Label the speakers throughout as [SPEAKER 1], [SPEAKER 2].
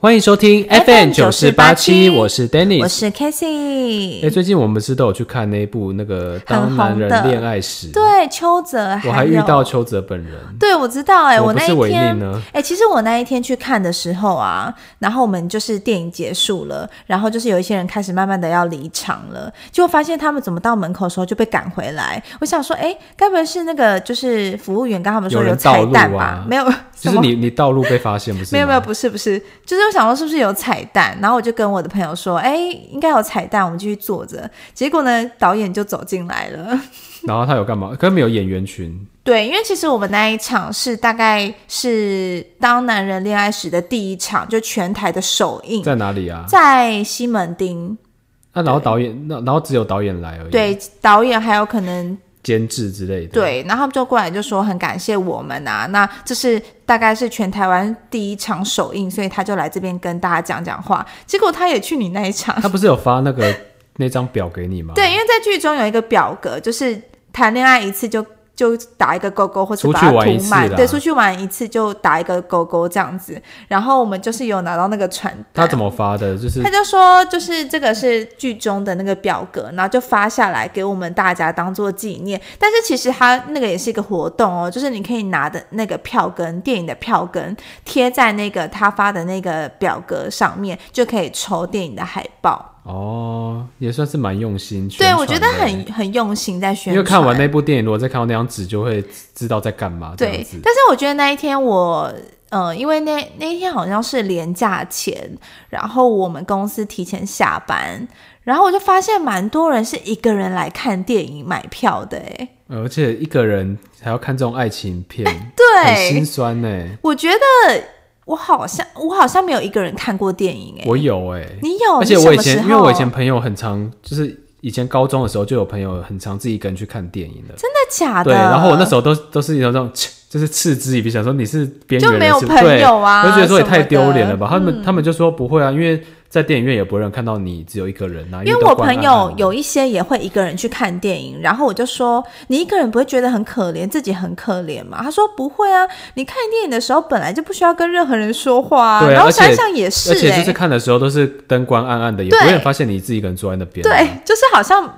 [SPEAKER 1] 欢迎收听 FM 九四八七，
[SPEAKER 2] 9487
[SPEAKER 1] 我是 Dennis，
[SPEAKER 2] 我是 Casey，、
[SPEAKER 1] 哎、最近我们不是都有去看那一部那个《当
[SPEAKER 2] 很
[SPEAKER 1] 男
[SPEAKER 2] 红
[SPEAKER 1] 人
[SPEAKER 2] 的
[SPEAKER 1] 恋爱时》？，
[SPEAKER 2] 对邱泽，
[SPEAKER 1] 我还
[SPEAKER 2] 还
[SPEAKER 1] 遇
[SPEAKER 2] 有
[SPEAKER 1] 到邱泽本人。
[SPEAKER 2] 对，我知道、哎，
[SPEAKER 1] 怎么
[SPEAKER 2] 那
[SPEAKER 1] 不是
[SPEAKER 2] 一
[SPEAKER 1] 维
[SPEAKER 2] 天
[SPEAKER 1] 尼呢，
[SPEAKER 2] 哎、其实我那一天去看的时候啊，然后我们就是电影结束了，然后就是有一些人开始慢慢的要离场了，结果发现他们怎么到门口的时候就被赶回来。我想说，哎、该不会是那个就是服务员跟他们说
[SPEAKER 1] 有人
[SPEAKER 2] 彩
[SPEAKER 1] 道路
[SPEAKER 2] 蛋吧？
[SPEAKER 1] 啊
[SPEAKER 2] 没有，
[SPEAKER 1] 就是
[SPEAKER 2] 什么
[SPEAKER 1] 你，你道路被发现不是吗？
[SPEAKER 2] 没有没有，不是不是，就是我想说是不是有彩蛋，然后我就跟我的朋友说，哎、应该有彩蛋，我们继续坐着。结果呢，导演就走进来了。
[SPEAKER 1] 然后他有干嘛？可是没有演员群，
[SPEAKER 2] 对，因为其实我们那一场是大概是《当男人恋爱时》的第一场，就全台的首映，
[SPEAKER 1] 在哪里啊？
[SPEAKER 2] 在西门町。
[SPEAKER 1] 那、然后导演，那然后只有导演来而已，，
[SPEAKER 2] 对，导演还有可能
[SPEAKER 1] 监制之类的，，
[SPEAKER 2] 对，然后他们就过来就说很感谢我们啊，那这是大概是全台湾第一场首映，所以他就来这边跟大家讲讲话。结果他也去你那一场，
[SPEAKER 1] 他不是有发那个那张表给你吗？
[SPEAKER 2] 对，因为在剧中有一个表格，就是谈恋爱一次就就打一个勾勾，或者
[SPEAKER 1] 出
[SPEAKER 2] 把
[SPEAKER 1] 去
[SPEAKER 2] 它
[SPEAKER 1] 玩一
[SPEAKER 2] 涂
[SPEAKER 1] 次
[SPEAKER 2] 满，
[SPEAKER 1] 啦
[SPEAKER 2] 对，出去玩一次就打一个勾勾这样子。然后我们就是有拿到那个传
[SPEAKER 1] 他
[SPEAKER 2] 单，
[SPEAKER 1] 怎么发的？就是
[SPEAKER 2] 他就说就是这个是剧中的那个表格，然后就发下来给我们大家当做纪念。但是其实他那个也是一个活动哦，就是你可以拿的那个票根，电影的票根贴在那个他发的那个表格上面，就可以抽电影的海报。
[SPEAKER 1] 哦，也算是蛮用心宣
[SPEAKER 2] 对，
[SPEAKER 1] 传的。
[SPEAKER 2] 我觉得很很用心在宣传，
[SPEAKER 1] 因为看完那部电影，如果再看到那张纸，就会知道在干嘛。这样
[SPEAKER 2] 对
[SPEAKER 1] 子，
[SPEAKER 2] 但是我觉得那一天我，呃，因为那那一天好像是连假前，然后我们公司提前下班，然后我就发现蛮多人是一个人来看电影买票的，哎，
[SPEAKER 1] 呃而且一个人还要看这种爱情片， 很心
[SPEAKER 2] 哎对，哎
[SPEAKER 1] 酸呢、
[SPEAKER 2] 我觉得我好像我好像没有一个人看过电影，哎，
[SPEAKER 1] 我有哎、
[SPEAKER 2] 你有？
[SPEAKER 1] 而且
[SPEAKER 2] 你
[SPEAKER 1] 我以
[SPEAKER 2] 什么
[SPEAKER 1] 前，因
[SPEAKER 2] 时
[SPEAKER 1] 为我以
[SPEAKER 2] 候
[SPEAKER 1] 前朋友很常，就是以前高中的时候就有朋友很常自己一个人去看电影的。
[SPEAKER 2] 真的假的？
[SPEAKER 1] 对，然后我那时候都都是有那种嗤就是嗤之以鼻，想说你是边缘
[SPEAKER 2] 就
[SPEAKER 1] 人
[SPEAKER 2] 没有
[SPEAKER 1] 是不是
[SPEAKER 2] 朋友啊
[SPEAKER 1] 对我就觉得说也
[SPEAKER 2] 什么
[SPEAKER 1] 太
[SPEAKER 2] 的
[SPEAKER 1] 丢脸了吧。他们、他们就说不会啊，因为在电影院也不会有人看到你只有一个人啊，
[SPEAKER 2] 因
[SPEAKER 1] 为
[SPEAKER 2] 为
[SPEAKER 1] 都
[SPEAKER 2] 我
[SPEAKER 1] 关
[SPEAKER 2] 朋
[SPEAKER 1] 暗暗
[SPEAKER 2] 友
[SPEAKER 1] 的
[SPEAKER 2] 有一些也会一个人去看电影，然后我就说你一个人不会觉得很可怜，自己很可怜吗？他说不会啊，你看电影的时候本来就不需要跟任何人说话、
[SPEAKER 1] 对啊
[SPEAKER 2] 然后
[SPEAKER 1] 而且
[SPEAKER 2] 想一想也是、
[SPEAKER 1] 而
[SPEAKER 2] 欸，
[SPEAKER 1] 且就是看的时候都是灯光暗暗的，也不
[SPEAKER 2] 对
[SPEAKER 1] 会发现你自己一个人坐在那边。
[SPEAKER 2] 对，就是好像
[SPEAKER 1] 啊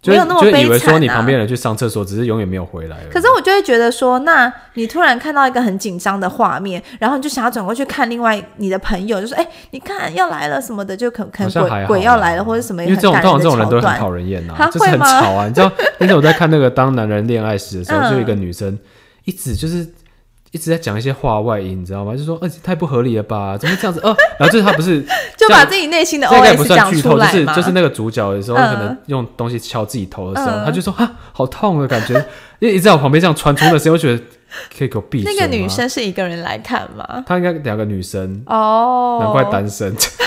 [SPEAKER 1] 就
[SPEAKER 2] 没
[SPEAKER 1] 是，
[SPEAKER 2] 有那么
[SPEAKER 1] 就是
[SPEAKER 2] 悲惨、啊、
[SPEAKER 1] 以为说你旁边的人去上厕所，只是永远没有回来而已。
[SPEAKER 2] 可是我就会觉得说，那你突然看到一个很紧张的画面，然后你就想要转过去看另外你的朋友，就说：“哎、你看要来了什么的，就可可
[SPEAKER 1] 好
[SPEAKER 2] 能
[SPEAKER 1] 像还
[SPEAKER 2] 鬼
[SPEAKER 1] 好
[SPEAKER 2] 鬼
[SPEAKER 1] 啦
[SPEAKER 2] 要来了，或者什么
[SPEAKER 1] 因
[SPEAKER 2] 很
[SPEAKER 1] 为这种
[SPEAKER 2] 感
[SPEAKER 1] 通常这
[SPEAKER 2] 人
[SPEAKER 1] 种
[SPEAKER 2] 的
[SPEAKER 1] 人
[SPEAKER 2] 桥
[SPEAKER 1] 都很
[SPEAKER 2] 段。
[SPEAKER 1] 讨人厌呐、
[SPEAKER 2] 他
[SPEAKER 1] 就是很
[SPEAKER 2] 会吗
[SPEAKER 1] 吵啊。你 知道那天我在看那个《当男人恋爱时》的时候，
[SPEAKER 2] 嗯
[SPEAKER 1] 就有一个女生一直就是一直在讲一些话外音，你知道吗？就说：“呃，太不合理了吧？怎么会这样 子？”呃，然后就是她不是
[SPEAKER 2] 就
[SPEAKER 1] 这样
[SPEAKER 2] 把自己内心的
[SPEAKER 1] 这应该不
[SPEAKER 2] OS
[SPEAKER 1] 算
[SPEAKER 2] 讲
[SPEAKER 1] 剧
[SPEAKER 2] 出
[SPEAKER 1] 透，就
[SPEAKER 2] 来
[SPEAKER 1] 是
[SPEAKER 2] 嘛。
[SPEAKER 1] 就是那个主角有时候
[SPEAKER 2] 嗯
[SPEAKER 1] 可能用东西敲自己头的时候，
[SPEAKER 2] 嗯
[SPEAKER 1] 他就说啊，好痛的感觉， 因为一直在我旁边这样传出的声音，我觉得 可以给我闭嘴
[SPEAKER 2] 那
[SPEAKER 1] 吗
[SPEAKER 2] 个女，生是一个人来看吗？
[SPEAKER 1] 她应该两个女生，
[SPEAKER 2] 哦，
[SPEAKER 1] 难怪单身，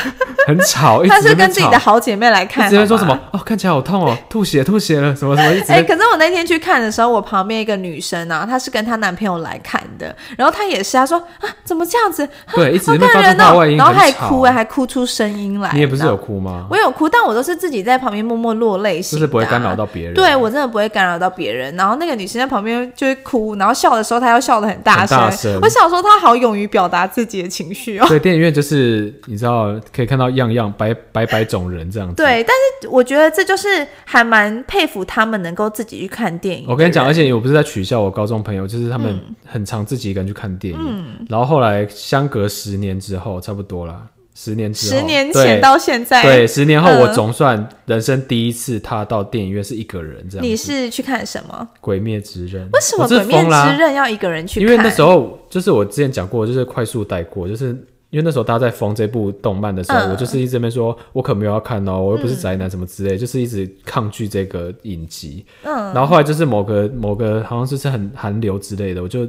[SPEAKER 1] 很 吵，一
[SPEAKER 2] 她
[SPEAKER 1] 直在
[SPEAKER 2] 是
[SPEAKER 1] 那边
[SPEAKER 2] 跟自己的
[SPEAKER 1] 吵
[SPEAKER 2] 好姐妹来
[SPEAKER 1] 一
[SPEAKER 2] 看，
[SPEAKER 1] 直在
[SPEAKER 2] 好
[SPEAKER 1] 说什么
[SPEAKER 2] 吗？
[SPEAKER 1] 哦，看起来好痛 哦，吐血吐血了，什么什么，一直
[SPEAKER 2] 哎、
[SPEAKER 1] 在
[SPEAKER 2] 可是我那天去看的时候，我旁边一个女生啊，她是跟她男朋友来看的，然后她也是，她说啊，怎么这样子，
[SPEAKER 1] 对，一直在
[SPEAKER 2] 好
[SPEAKER 1] 那边
[SPEAKER 2] 感
[SPEAKER 1] 发
[SPEAKER 2] 人
[SPEAKER 1] 出话
[SPEAKER 2] 哦
[SPEAKER 1] 外，音，
[SPEAKER 2] 然后还
[SPEAKER 1] 很
[SPEAKER 2] 哭
[SPEAKER 1] 吵。
[SPEAKER 2] 哎、还哭出声音来。
[SPEAKER 1] 你也不是
[SPEAKER 2] 知道
[SPEAKER 1] 有哭吗？
[SPEAKER 2] 我有哭，但我都是自己在旁边默默落泪型
[SPEAKER 1] 就
[SPEAKER 2] 的
[SPEAKER 1] 是
[SPEAKER 2] 啊、
[SPEAKER 1] 不会干扰到别人，
[SPEAKER 2] 对，我真的不会干扰到别人。然后那个女生在旁边就会哭，然后笑的时候她要笑的很大
[SPEAKER 1] 很
[SPEAKER 2] 声。
[SPEAKER 1] 大声
[SPEAKER 2] 我想说她好勇于表达自己的情绪哦。
[SPEAKER 1] 所以电影院就是你知道可以看到样 样百百百种人这样子。
[SPEAKER 2] 对，但是我觉得这就是还蛮佩服他们能够自己去看电影。
[SPEAKER 1] 我跟你讲，而且我不是在取笑我高中朋
[SPEAKER 2] 嗯
[SPEAKER 1] 友，就是他们很常自己一个人去看电影，然后后来相隔十年之后，差不多啦，十年之后，
[SPEAKER 2] 十年
[SPEAKER 1] 对
[SPEAKER 2] 前到现在，
[SPEAKER 1] 对，十年后
[SPEAKER 2] 嗯
[SPEAKER 1] 我总算人生第一次踏到电影院是一个人这样子。
[SPEAKER 2] 你
[SPEAKER 1] 《
[SPEAKER 2] 是去看什么？
[SPEAKER 1] 鬼灭之刃》？
[SPEAKER 2] 为什么
[SPEAKER 1] 我
[SPEAKER 2] 《
[SPEAKER 1] 真的
[SPEAKER 2] 鬼灭
[SPEAKER 1] 疯啦
[SPEAKER 2] 之刃》要一个人去看？
[SPEAKER 1] 因为那时候就是我之前讲过，就是快速带过，就是因为那时候大家在疯这部动漫的时候，
[SPEAKER 2] 嗯
[SPEAKER 1] 我就是一直在那边说，我可没有要看哦，我又不是宅男什么之类，就是一直抗拒这个影集。嗯，然后后来就是某个某个好像就是很韩流之类的，我就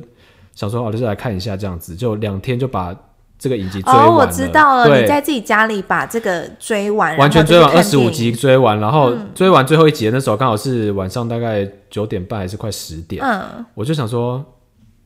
[SPEAKER 1] 想说，哦，就是来看一下这样子，就两天就把这个影集追完
[SPEAKER 2] 哦，
[SPEAKER 1] 了。
[SPEAKER 2] 我知道了，
[SPEAKER 1] 对
[SPEAKER 2] 你在自己家里把这个追完，
[SPEAKER 1] 完全追完
[SPEAKER 2] 然后
[SPEAKER 1] 二
[SPEAKER 2] 就
[SPEAKER 1] 十
[SPEAKER 2] 去看
[SPEAKER 1] 五
[SPEAKER 2] 电
[SPEAKER 1] 集，。
[SPEAKER 2] 影嗯
[SPEAKER 1] 追完，然后追完最后一集的那时候刚好是晚上大概九点半还是快十点，
[SPEAKER 2] 嗯，
[SPEAKER 1] 我就想说，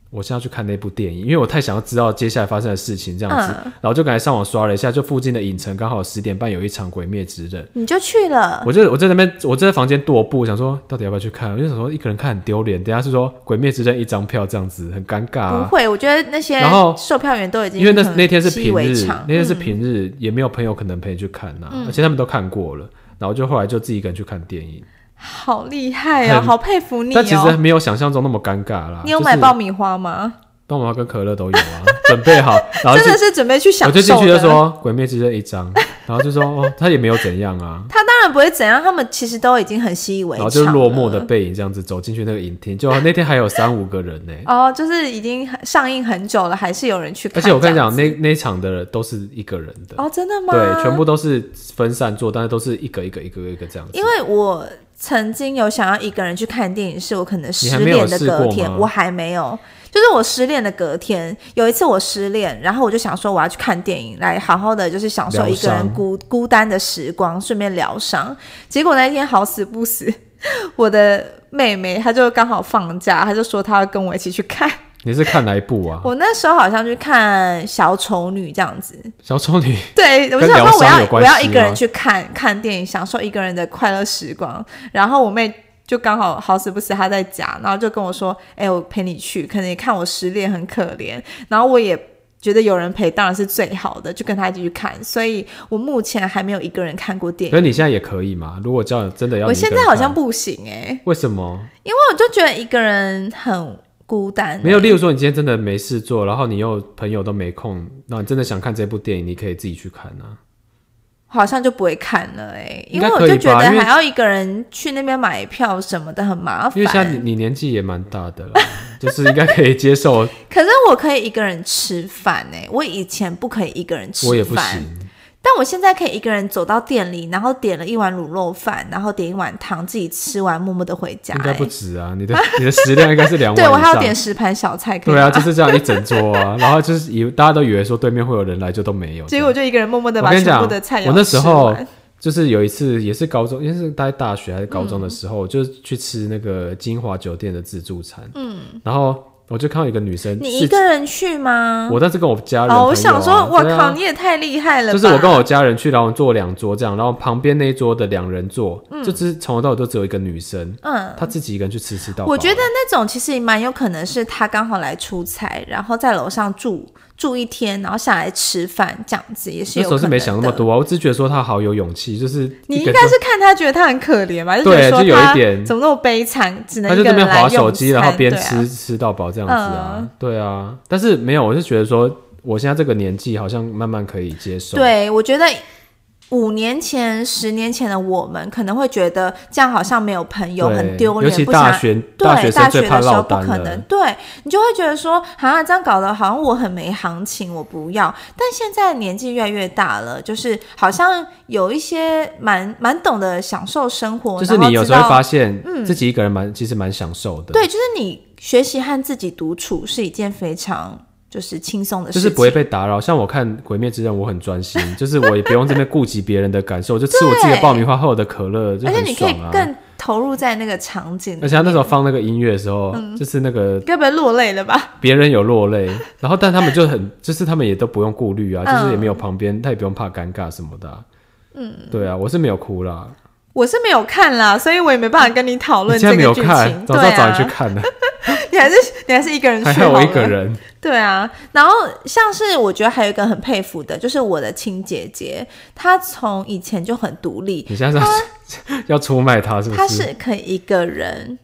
[SPEAKER 1] 我现在要去看那部电影，因为我太想要知道接下来发生的事情这样子，
[SPEAKER 2] 嗯
[SPEAKER 1] 然后就赶快上网刷了一下，就附近的影城刚好十点半有一场《鬼灭之刃》，
[SPEAKER 2] 你就去了。
[SPEAKER 1] 我就我在那边我在房间踱步，想说到底要不要去看，我就想说一个人看很丢脸，等一下是说《鬼灭之刃》一张票这样子很尴尬、
[SPEAKER 2] 不
[SPEAKER 1] 啊，
[SPEAKER 2] 会，我觉得那些
[SPEAKER 1] 然后
[SPEAKER 2] 售票员都已经
[SPEAKER 1] 因为那
[SPEAKER 2] 很
[SPEAKER 1] 那天是
[SPEAKER 2] 习以
[SPEAKER 1] 平
[SPEAKER 2] 为
[SPEAKER 1] 日，
[SPEAKER 2] 常
[SPEAKER 1] 那天是平日，也没有朋友可能陪你去看
[SPEAKER 2] 嗯
[SPEAKER 1] 呐、而且他们都看过了，然后就后来就自己一个人去看电影，
[SPEAKER 2] 好厉害啊，
[SPEAKER 1] 很
[SPEAKER 2] 好佩服你
[SPEAKER 1] 但其实
[SPEAKER 2] 哦！
[SPEAKER 1] 没有想象中那么尴尬啦。
[SPEAKER 2] 你有买
[SPEAKER 1] 就是
[SPEAKER 2] 爆米花吗？
[SPEAKER 1] 爆米花跟可乐都有啊，准备 好，然后就
[SPEAKER 2] 真的是准备去享
[SPEAKER 1] 我就
[SPEAKER 2] 受的。
[SPEAKER 1] 进去就说《鬼灭之刃》一张，然后就说哦，他也没有怎样啊，
[SPEAKER 2] 他当然不会怎样，他们其实都已经很习以为
[SPEAKER 1] 然
[SPEAKER 2] 常
[SPEAKER 1] 后
[SPEAKER 2] 了。
[SPEAKER 1] 就落寞
[SPEAKER 2] 啊
[SPEAKER 1] 的背影这样子走进去那个影厅，就那天还有三五个人 呢、
[SPEAKER 2] 哦，就是已经上映很久了，还是有人去
[SPEAKER 1] 而
[SPEAKER 2] 看。
[SPEAKER 1] 且我跟你
[SPEAKER 2] 这样
[SPEAKER 1] 讲，那那一场的人都是一个人的，
[SPEAKER 2] 哦，真的吗？
[SPEAKER 1] 对，全部都是分散坐，但是都是一个一个一个一个这样子
[SPEAKER 2] 因。为我曾经有想要一个人去看电影，是我可能
[SPEAKER 1] 你
[SPEAKER 2] 失
[SPEAKER 1] 还没有
[SPEAKER 2] 恋的
[SPEAKER 1] 试过
[SPEAKER 2] 隔天
[SPEAKER 1] 吗，
[SPEAKER 2] 我还没有。就是我失恋的隔天，有一次我失恋，然后我就想说我要去看电影，来好好的就是享受一个
[SPEAKER 1] 疗
[SPEAKER 2] 人
[SPEAKER 1] 伤
[SPEAKER 2] 孤孤单的时光，顺便疗伤。结果那一天好死不死， 我的妹妹她就刚好放假，她就说她要跟我一起去看。
[SPEAKER 1] 你是看哪一部啊？
[SPEAKER 2] 我那时候好像去看《小丑女》这样子，
[SPEAKER 1] 小丑女，
[SPEAKER 2] 对，我就
[SPEAKER 1] 跟
[SPEAKER 2] 想
[SPEAKER 1] 疗
[SPEAKER 2] 说我
[SPEAKER 1] 伤
[SPEAKER 2] 要
[SPEAKER 1] 有
[SPEAKER 2] 我
[SPEAKER 1] 关
[SPEAKER 2] 要
[SPEAKER 1] 系
[SPEAKER 2] 一个人
[SPEAKER 1] 吗
[SPEAKER 2] 去看看电影，享受一个人的快乐时光。然后我妹就刚好好死不死她在家，然后就跟我说：“哎、我陪你去，可能你看我失恋很可怜。”然后我也觉得有人陪当然是最好的，就跟她一起去看。所以我目前还没有一个人看过电
[SPEAKER 1] 可
[SPEAKER 2] 影。
[SPEAKER 1] 是你现在也可以嘛？如果叫你真的要
[SPEAKER 2] 我
[SPEAKER 1] 你一个
[SPEAKER 2] 现
[SPEAKER 1] 人看，
[SPEAKER 2] 在好像不行哎、
[SPEAKER 1] 为什么
[SPEAKER 2] 因为我就觉得一个人很孤单、欸
[SPEAKER 1] 没有？例如说，你今天真的没事做，然后你又朋友都没空，那你真的想看这部电影，你可以自己去看啊。
[SPEAKER 2] 好像就不会看了哎、因
[SPEAKER 1] 应
[SPEAKER 2] 为
[SPEAKER 1] 该
[SPEAKER 2] 我
[SPEAKER 1] 可以
[SPEAKER 2] 就觉
[SPEAKER 1] 吧
[SPEAKER 2] 得
[SPEAKER 1] 因为
[SPEAKER 2] 还要一个人去那边买票什么的很麻
[SPEAKER 1] 因为现在你
[SPEAKER 2] 烦。
[SPEAKER 1] 你年纪也蛮大的了， 就是应该可以接受，
[SPEAKER 2] 可是我可以一个人吃饭哎、我以前不可以一个人吃
[SPEAKER 1] 我也不
[SPEAKER 2] 饭，
[SPEAKER 1] 行。
[SPEAKER 2] 但我现在可以一个人走到店里，然后点了一碗卤肉饭，然后点一碗汤，自己吃完默默的回家、
[SPEAKER 1] 应该
[SPEAKER 2] 欸
[SPEAKER 1] 不。止啊，你的你的食量应该是两碗以
[SPEAKER 2] 对
[SPEAKER 1] 上。
[SPEAKER 2] 我还要点十盘小菜，可以
[SPEAKER 1] 对啊，
[SPEAKER 2] 吗？
[SPEAKER 1] 就是这样一整桌啊，然后就是以为大家都以为说对面会有人来，就都没有。
[SPEAKER 2] 结果我就一个人默默的把
[SPEAKER 1] 我跟你
[SPEAKER 2] 全
[SPEAKER 1] 讲
[SPEAKER 2] 部的菜肴
[SPEAKER 1] 我那时候
[SPEAKER 2] 吃完
[SPEAKER 1] 就是有一次也是高中，应该是待大学还是高中的时候，
[SPEAKER 2] 嗯
[SPEAKER 1] 就是去吃那个金华酒店的自助餐，嗯，然后我就看到一个女生，
[SPEAKER 2] 你
[SPEAKER 1] 是
[SPEAKER 2] 一个人去吗？
[SPEAKER 1] 我当时跟我家人、
[SPEAKER 2] 哦，我想说，
[SPEAKER 1] 我
[SPEAKER 2] 我靠，你也太厉害了吧！
[SPEAKER 1] 啊就是我跟我家人去，然后坐两桌这样，然后旁边那一桌的两人座，就只从头到尾都只有一个女生，
[SPEAKER 2] 嗯，
[SPEAKER 1] 她自己一个人去吃吃到饱。
[SPEAKER 2] 我觉得那种其实也蛮有可能是他刚好来出差，然后在楼上住住一天，然后下来吃饭这样子也是
[SPEAKER 1] 那
[SPEAKER 2] 有
[SPEAKER 1] 时
[SPEAKER 2] 可
[SPEAKER 1] 候
[SPEAKER 2] 能
[SPEAKER 1] 是
[SPEAKER 2] 的。
[SPEAKER 1] 没想那么多啊，我只是觉得说她好有勇气，就是
[SPEAKER 2] 你
[SPEAKER 1] 一
[SPEAKER 2] 应
[SPEAKER 1] 个
[SPEAKER 2] 该是看他觉得他很可怜吧，就觉
[SPEAKER 1] 对
[SPEAKER 2] 得说
[SPEAKER 1] 就有一
[SPEAKER 2] 他
[SPEAKER 1] 点
[SPEAKER 2] 怎么那么悲惨，只能
[SPEAKER 1] 他
[SPEAKER 2] 一
[SPEAKER 1] 就
[SPEAKER 2] 个
[SPEAKER 1] 这
[SPEAKER 2] 人
[SPEAKER 1] 边
[SPEAKER 2] 来
[SPEAKER 1] 划
[SPEAKER 2] 用
[SPEAKER 1] 手机，然后
[SPEAKER 2] 餐
[SPEAKER 1] 边
[SPEAKER 2] 对
[SPEAKER 1] 吃、
[SPEAKER 2] 啊
[SPEAKER 1] 吃到饱这样子啊，
[SPEAKER 2] 嗯
[SPEAKER 1] 对啊。但是没有，我是觉得说，我现在这个年纪好像慢慢可以接受。，
[SPEAKER 2] 对，我觉得五年前、十年前的我们可能会觉得这样好像没有朋友，很丢
[SPEAKER 1] 尤
[SPEAKER 2] 脸，
[SPEAKER 1] 其
[SPEAKER 2] 不想
[SPEAKER 1] 大学
[SPEAKER 2] 对，
[SPEAKER 1] 大学生最怕
[SPEAKER 2] 的时候
[SPEAKER 1] 落
[SPEAKER 2] 不
[SPEAKER 1] 单
[SPEAKER 2] 可能，
[SPEAKER 1] 了。
[SPEAKER 2] 对你就会觉得说，好像这样搞得好像我很没行情，我不要。但现在年纪越来越大了，就是好像有一些蛮蛮懂得享受生活，
[SPEAKER 1] 就是
[SPEAKER 2] 然后
[SPEAKER 1] 你有
[SPEAKER 2] 知
[SPEAKER 1] 时候会
[SPEAKER 2] 道嗯
[SPEAKER 1] 发现自己一个人蛮，其实蛮享受的。
[SPEAKER 2] 对，，就是你学习和自己独处是一件非常就是轻松的事
[SPEAKER 1] 就
[SPEAKER 2] 情，
[SPEAKER 1] 是不会被打扰。像我看《鬼灭之刃》，我很专心，就是我也不用这边顾及别人的感受，我就吃我自己的爆米花和我的可乐，就
[SPEAKER 2] 而
[SPEAKER 1] 很
[SPEAKER 2] 且你可
[SPEAKER 1] 爽
[SPEAKER 2] 以
[SPEAKER 1] 啊。
[SPEAKER 2] 更投入在那个场景里面，
[SPEAKER 1] 而且他那时候放那个音乐的时候，
[SPEAKER 2] 嗯
[SPEAKER 1] 就是那个
[SPEAKER 2] 该不会落泪了 吧？
[SPEAKER 1] 别人有落泪，然后但他们就 很，就是他们也都不用顾虑啊，
[SPEAKER 2] 嗯
[SPEAKER 1] 就是也没有旁边，他也不用怕尴尬什么的、嗯，对啊，我是没有哭啦，
[SPEAKER 2] 我是没有看啦，所以我也没办法跟你讨
[SPEAKER 1] 你
[SPEAKER 2] 论
[SPEAKER 1] 现
[SPEAKER 2] 这
[SPEAKER 1] 在没有
[SPEAKER 2] 个剧情。
[SPEAKER 1] 看，早
[SPEAKER 2] 对
[SPEAKER 1] 知道早
[SPEAKER 2] 啊
[SPEAKER 1] 点去，看 了，
[SPEAKER 2] 你还是你还是一个人去
[SPEAKER 1] 还
[SPEAKER 2] 好
[SPEAKER 1] 害
[SPEAKER 2] 了，
[SPEAKER 1] 我一个人。
[SPEAKER 2] 对啊，然后像是我觉得还有一个很佩服的，就是我的亲姐姐，她从以前就很独立，
[SPEAKER 1] 你现在是要 要出卖他是不
[SPEAKER 2] 她
[SPEAKER 1] 是？
[SPEAKER 2] 是可以一个人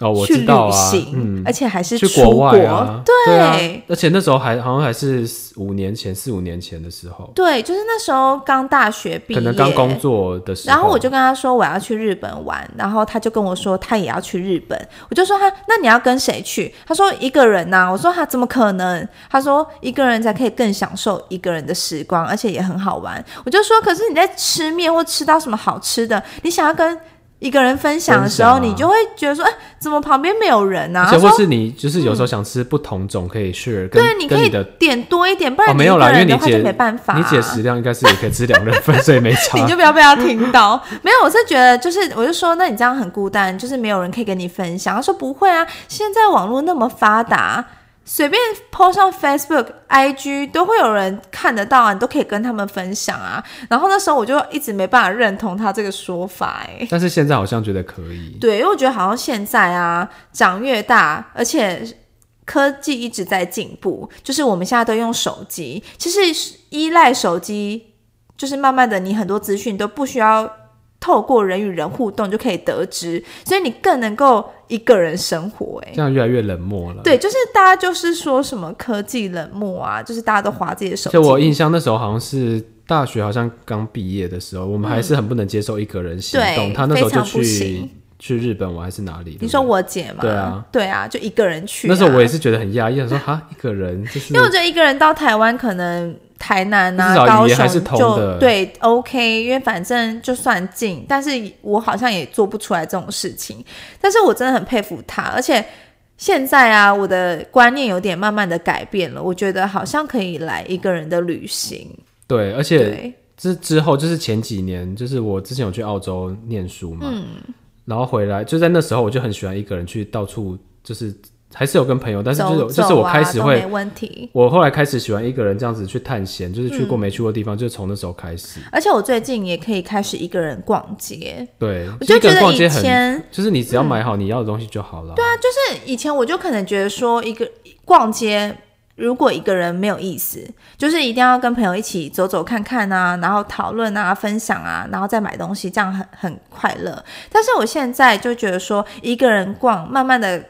[SPEAKER 1] 哦，我
[SPEAKER 2] 去
[SPEAKER 1] 知
[SPEAKER 2] 旅
[SPEAKER 1] 道啊，
[SPEAKER 2] 行，
[SPEAKER 1] 嗯，
[SPEAKER 2] 而且还是
[SPEAKER 1] 去
[SPEAKER 2] 出
[SPEAKER 1] 国外啊，
[SPEAKER 2] 对
[SPEAKER 1] 对啊，而且那时候还好像还是四五年前，四五年前的时候，
[SPEAKER 2] 对就是那时候刚大学毕业，
[SPEAKER 1] 可能刚工作的时候，
[SPEAKER 2] 然后我就跟她说我要去日本玩，然后她就跟我说她也要去日本，我就说她那你要跟谁去？她说一个人呐、我说她怎么可能？她说一个人才可以更享受一个人的时光，而且也很好玩。我就说可是你在吃面或吃到什么好吃的，你想要跟一个人分享的时候，
[SPEAKER 1] 分享啊
[SPEAKER 2] 你就会觉得说哎怎么旁边没有人啊？
[SPEAKER 1] 而且
[SPEAKER 2] 她
[SPEAKER 1] 或
[SPEAKER 2] 说嗯
[SPEAKER 1] 是你就是有时候想吃不同种可以 share，跟
[SPEAKER 2] 对，你可
[SPEAKER 1] 跟
[SPEAKER 2] 以
[SPEAKER 1] 你的
[SPEAKER 2] 点多一点，不然
[SPEAKER 1] 哦，
[SPEAKER 2] 你
[SPEAKER 1] 没
[SPEAKER 2] 一
[SPEAKER 1] 有啦，
[SPEAKER 2] 个
[SPEAKER 1] 因为
[SPEAKER 2] 人
[SPEAKER 1] 你
[SPEAKER 2] 的话
[SPEAKER 1] 姐
[SPEAKER 2] 就没办法、啊
[SPEAKER 1] 你姐食量应该是也可以吃两人 份，所以没
[SPEAKER 2] 你
[SPEAKER 1] 差
[SPEAKER 2] 就。不要被他听到。没有，我是觉得就是，我就说，那你这样很孤单，就是没有人可以跟你分享。他说不会啊，现在网络那么发达，随便 PO 上 Facebook、IG 都会有人看得到啊，你都可以跟他们分享啊。然后那时候我就一直没办法认同他这个说法、哎，
[SPEAKER 1] 但是现在好像觉得可以，
[SPEAKER 2] 对，因为我觉得好像现在啊，长越大，而且科技一直在进步，就是我们现在都用手机，其实依赖手机，就是慢慢的你很多资讯都不需要透过人与人互动就可以得知，所以你更能够一个人生活、哎
[SPEAKER 1] 这。样越来越冷漠了。
[SPEAKER 2] 对，就是大家就是说什么科技冷漠啊，就是大家都划自己的手机。
[SPEAKER 1] 就我印象那时候好像是大学，好像刚毕业的时候，我们还是很不能接受一个人行动。
[SPEAKER 2] 嗯对
[SPEAKER 1] 他那时候就
[SPEAKER 2] 非常不
[SPEAKER 1] 去
[SPEAKER 2] 行
[SPEAKER 1] 去日本玩还是哪里？
[SPEAKER 2] 你说
[SPEAKER 1] 对不
[SPEAKER 2] 我姐嘛？
[SPEAKER 1] 对啊，
[SPEAKER 2] 对啊，就一个人去、啊
[SPEAKER 1] 对那时候我也，是觉得很压抑，想说哈一个人就是
[SPEAKER 2] 因为我觉得一个人到台湾，可能台南
[SPEAKER 1] 嗯至
[SPEAKER 2] 啊、
[SPEAKER 1] 少
[SPEAKER 2] 高
[SPEAKER 1] 语言还
[SPEAKER 2] 雄
[SPEAKER 1] 是通的
[SPEAKER 2] 就对 OK，因为反正就算近，但是我好像也做不出来这种事情。但是我真的很佩服他，而且现在啊，我的观念有点慢慢的改变了，我觉得好像可以来一个人的旅行。
[SPEAKER 1] 对，而且
[SPEAKER 2] 对，
[SPEAKER 1] 这之后就是前几年，就是我之前有去澳洲念书嘛，
[SPEAKER 2] 嗯
[SPEAKER 1] 然后回来就在那时候我就很喜欢一个人去到处，就是还是有跟朋友，但是就是
[SPEAKER 2] 走走
[SPEAKER 1] 就是我开
[SPEAKER 2] 啊
[SPEAKER 1] 始
[SPEAKER 2] 都
[SPEAKER 1] 会
[SPEAKER 2] 没问题。
[SPEAKER 1] 我后来开始喜欢一个人这样子去探险，就是去过没去过的地方，就是从那时候开始。
[SPEAKER 2] 而且我最近也可以开始一个人逛街，
[SPEAKER 1] 对，
[SPEAKER 2] 我就
[SPEAKER 1] 一个人
[SPEAKER 2] 觉得
[SPEAKER 1] 逛
[SPEAKER 2] 以
[SPEAKER 1] 街很，
[SPEAKER 2] 前
[SPEAKER 1] 就是你只要买好你要的东西就好了。对啊，
[SPEAKER 2] 就是以前我就可能觉得说，一个逛街如果一个人没有意思，就是一定要跟朋友一起走走看看啊，然后讨论啊、分享啊，然后再买东西，这样很很快乐。但是我现在就觉得说，一个人逛，慢慢的。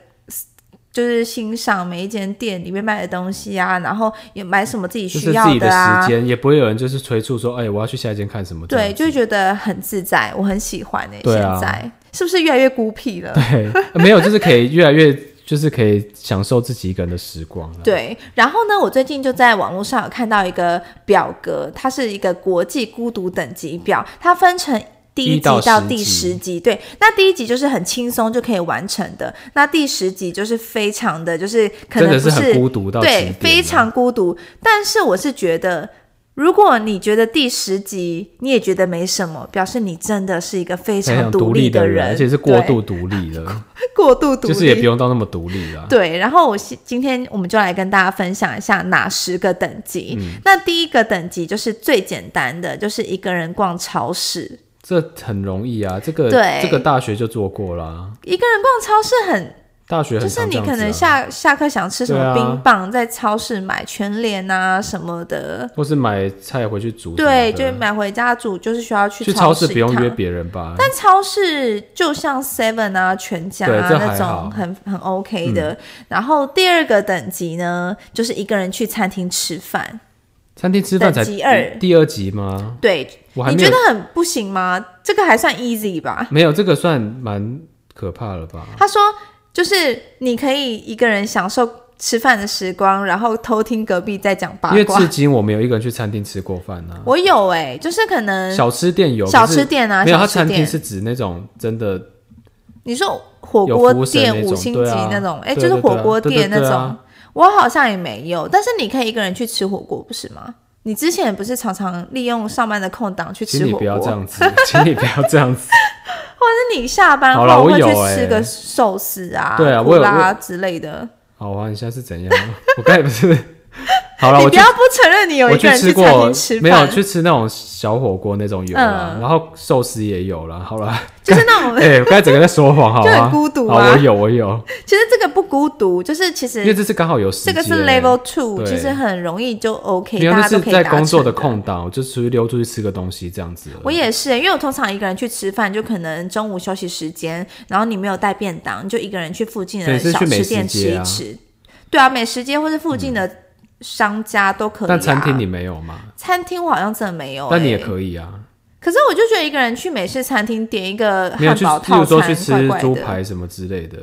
[SPEAKER 2] 就是欣赏每一间店里面卖的东西啊，然后也买什么自己
[SPEAKER 1] 就
[SPEAKER 2] 需
[SPEAKER 1] 是
[SPEAKER 2] 要
[SPEAKER 1] 自己的
[SPEAKER 2] 啊，
[SPEAKER 1] 时间，也不会有人就是催促说，哎、我要去下一间看什么这样
[SPEAKER 2] 对，
[SPEAKER 1] 子。
[SPEAKER 2] 就会觉得很自在，我很喜欢诶、
[SPEAKER 1] 对啊
[SPEAKER 2] 现在是不是越来越孤僻了？
[SPEAKER 1] 对， 没有，就是可以越来越，就是可以享受自己一个人的时光啊了。
[SPEAKER 2] 对，然后呢，我最近就在网络上有看到一个表格，它是一个国际孤独等级表，它分成。第一
[SPEAKER 1] 一
[SPEAKER 2] 集
[SPEAKER 1] 到
[SPEAKER 2] 到
[SPEAKER 1] 十
[SPEAKER 2] 第
[SPEAKER 1] 集
[SPEAKER 2] 十集，对，那第一集就是很轻松就可以完成的，那第十集就是非常的，就是可
[SPEAKER 1] 真
[SPEAKER 2] 能
[SPEAKER 1] 的
[SPEAKER 2] 不
[SPEAKER 1] 是很
[SPEAKER 2] 是
[SPEAKER 1] 孤独到极
[SPEAKER 2] 对
[SPEAKER 1] 点，啊
[SPEAKER 2] 非
[SPEAKER 1] 了
[SPEAKER 2] 常孤独。但是我是觉得，如果你觉得第十集你也觉得没什么，表示你真的是一个
[SPEAKER 1] 非
[SPEAKER 2] 非
[SPEAKER 1] 常
[SPEAKER 2] 独
[SPEAKER 1] 立
[SPEAKER 2] 的
[SPEAKER 1] 人，而且是过
[SPEAKER 2] 对
[SPEAKER 1] 度独立的，
[SPEAKER 2] 过度 独立，
[SPEAKER 1] 就是也不用到那么独立了。
[SPEAKER 2] 对，然后我是今天我们就来跟大家分享一下哪十个等级。
[SPEAKER 1] 嗯
[SPEAKER 2] 那第一个等级就是最简单的，就是一个人逛超市。
[SPEAKER 1] 这很容易啊，这个
[SPEAKER 2] 对
[SPEAKER 1] 这个大学就做过啦，
[SPEAKER 2] 一个人逛超市很，
[SPEAKER 1] 大学
[SPEAKER 2] 就
[SPEAKER 1] 很
[SPEAKER 2] 是
[SPEAKER 1] 常这
[SPEAKER 2] 你
[SPEAKER 1] 样子、啊、
[SPEAKER 2] 可能下下课想吃什
[SPEAKER 1] 对啊
[SPEAKER 2] 么冰棒，在超市买全联啊什么的，
[SPEAKER 1] 或是买菜回去煮什么的，
[SPEAKER 2] 对，就买回家煮，就是需要去
[SPEAKER 1] 去
[SPEAKER 2] 超
[SPEAKER 1] 超市
[SPEAKER 2] 一
[SPEAKER 1] 不用
[SPEAKER 2] 趟
[SPEAKER 1] 约别人吧？
[SPEAKER 2] 但超市就像 Seven 啊、全家
[SPEAKER 1] 对
[SPEAKER 2] 啊
[SPEAKER 1] 这还
[SPEAKER 2] 那
[SPEAKER 1] 好嗯
[SPEAKER 2] 种很很 OK 的。然后第二个等级呢，就是一个人去餐厅吃饭。
[SPEAKER 1] 餐厅吃饭才
[SPEAKER 2] 等级二
[SPEAKER 1] 第二集吗？
[SPEAKER 2] 对，
[SPEAKER 1] 我还
[SPEAKER 2] 你
[SPEAKER 1] 没
[SPEAKER 2] 觉
[SPEAKER 1] 有
[SPEAKER 2] 得很不行吗？这个还算 easy 吧？
[SPEAKER 1] 没有这个算蛮可怕了吧？
[SPEAKER 2] 他说，就是你可以一个人享受吃饭的时光，然后偷听隔壁在讲八
[SPEAKER 1] 因为
[SPEAKER 2] 卦
[SPEAKER 1] 至。今我没有一个人去餐厅吃过饭呢、
[SPEAKER 2] 我有哎、就是可能
[SPEAKER 1] 小吃店有，
[SPEAKER 2] 小
[SPEAKER 1] 可是
[SPEAKER 2] 吃店啊，
[SPEAKER 1] 没有，
[SPEAKER 2] 小
[SPEAKER 1] 它
[SPEAKER 2] 吃
[SPEAKER 1] 餐厅
[SPEAKER 2] 店，
[SPEAKER 1] 是指那种真的
[SPEAKER 2] 你说火
[SPEAKER 1] 有
[SPEAKER 2] 锅
[SPEAKER 1] 服务生
[SPEAKER 2] 店
[SPEAKER 1] 那
[SPEAKER 2] 五
[SPEAKER 1] 种
[SPEAKER 2] 星
[SPEAKER 1] 对
[SPEAKER 2] 级
[SPEAKER 1] 啊
[SPEAKER 2] 那种，哎、
[SPEAKER 1] 对
[SPEAKER 2] 就是
[SPEAKER 1] 对
[SPEAKER 2] 火
[SPEAKER 1] 对啊
[SPEAKER 2] 锅
[SPEAKER 1] 对对
[SPEAKER 2] 店那
[SPEAKER 1] 对
[SPEAKER 2] 种。
[SPEAKER 1] 啊
[SPEAKER 2] 我好像也没有，但是你可以一个人去吃火锅，不是吗？你之前不是常常利用上班的空档去吃
[SPEAKER 1] 请
[SPEAKER 2] 火
[SPEAKER 1] 你
[SPEAKER 2] 锅，
[SPEAKER 1] 不要这样子， 请你不要这样子。
[SPEAKER 2] 或者你下班
[SPEAKER 1] 好啦
[SPEAKER 2] 后
[SPEAKER 1] 我
[SPEAKER 2] 会去
[SPEAKER 1] 有欸
[SPEAKER 2] 吃个寿司啊、
[SPEAKER 1] 对啊
[SPEAKER 2] 苦
[SPEAKER 1] 我有
[SPEAKER 2] 辣
[SPEAKER 1] 我
[SPEAKER 2] 啊之类的。
[SPEAKER 1] 好啊，你现在是怎样？ 我刚才不 是好了，
[SPEAKER 2] 你
[SPEAKER 1] 我
[SPEAKER 2] 不
[SPEAKER 1] 去
[SPEAKER 2] 要不承认你有
[SPEAKER 1] 我
[SPEAKER 2] 一个
[SPEAKER 1] 去
[SPEAKER 2] 人
[SPEAKER 1] 吃
[SPEAKER 2] 餐
[SPEAKER 1] 过
[SPEAKER 2] 厅吃，
[SPEAKER 1] 没有
[SPEAKER 2] 饭，
[SPEAKER 1] 去吃那种小火锅那种有啦，
[SPEAKER 2] 嗯
[SPEAKER 1] 然后寿司也有啦。好 啦，
[SPEAKER 2] 就是那种。
[SPEAKER 1] 哎、我刚才整个在说 谎，好
[SPEAKER 2] 就
[SPEAKER 1] 啊，
[SPEAKER 2] 很孤独
[SPEAKER 1] 好，
[SPEAKER 2] 啊
[SPEAKER 1] 我有我有，
[SPEAKER 2] 其实这个不孤独，就是其
[SPEAKER 1] 因为
[SPEAKER 2] 实
[SPEAKER 1] 这次刚好有时
[SPEAKER 2] 这个是
[SPEAKER 1] 间
[SPEAKER 2] level two，
[SPEAKER 1] 对
[SPEAKER 2] 其实很容易就 OK，
[SPEAKER 1] 没有，
[SPEAKER 2] 大
[SPEAKER 1] 那
[SPEAKER 2] 家
[SPEAKER 1] 是
[SPEAKER 2] 都可以达
[SPEAKER 1] 在
[SPEAKER 2] 成
[SPEAKER 1] 工作的。空档，我就出去溜出去吃个东西这样子而已。
[SPEAKER 2] 我也是，因为我通常一个人去吃饭，就可能中午休息时间，然后你没有带便当，你就一个人去附近
[SPEAKER 1] 对
[SPEAKER 2] 的
[SPEAKER 1] 是去
[SPEAKER 2] 小
[SPEAKER 1] 美
[SPEAKER 2] 吃
[SPEAKER 1] 食
[SPEAKER 2] 店吃
[SPEAKER 1] 街
[SPEAKER 2] 一
[SPEAKER 1] 啊嗯
[SPEAKER 2] 吃。对啊，美食街或是附近的商家都可以、啊。
[SPEAKER 1] 但餐厅你，没有嘛？
[SPEAKER 2] 餐厅我好像真的没有、欸。
[SPEAKER 1] 但你也可以啊，
[SPEAKER 2] 可是我就觉得一个人去美式餐厅点一个
[SPEAKER 1] 没有
[SPEAKER 2] 哎汉
[SPEAKER 1] 去，
[SPEAKER 2] 堡
[SPEAKER 1] 例
[SPEAKER 2] 套
[SPEAKER 1] 如
[SPEAKER 2] 餐，
[SPEAKER 1] 说去吃
[SPEAKER 2] 怪怪
[SPEAKER 1] 猪
[SPEAKER 2] 的
[SPEAKER 1] 排什么之类的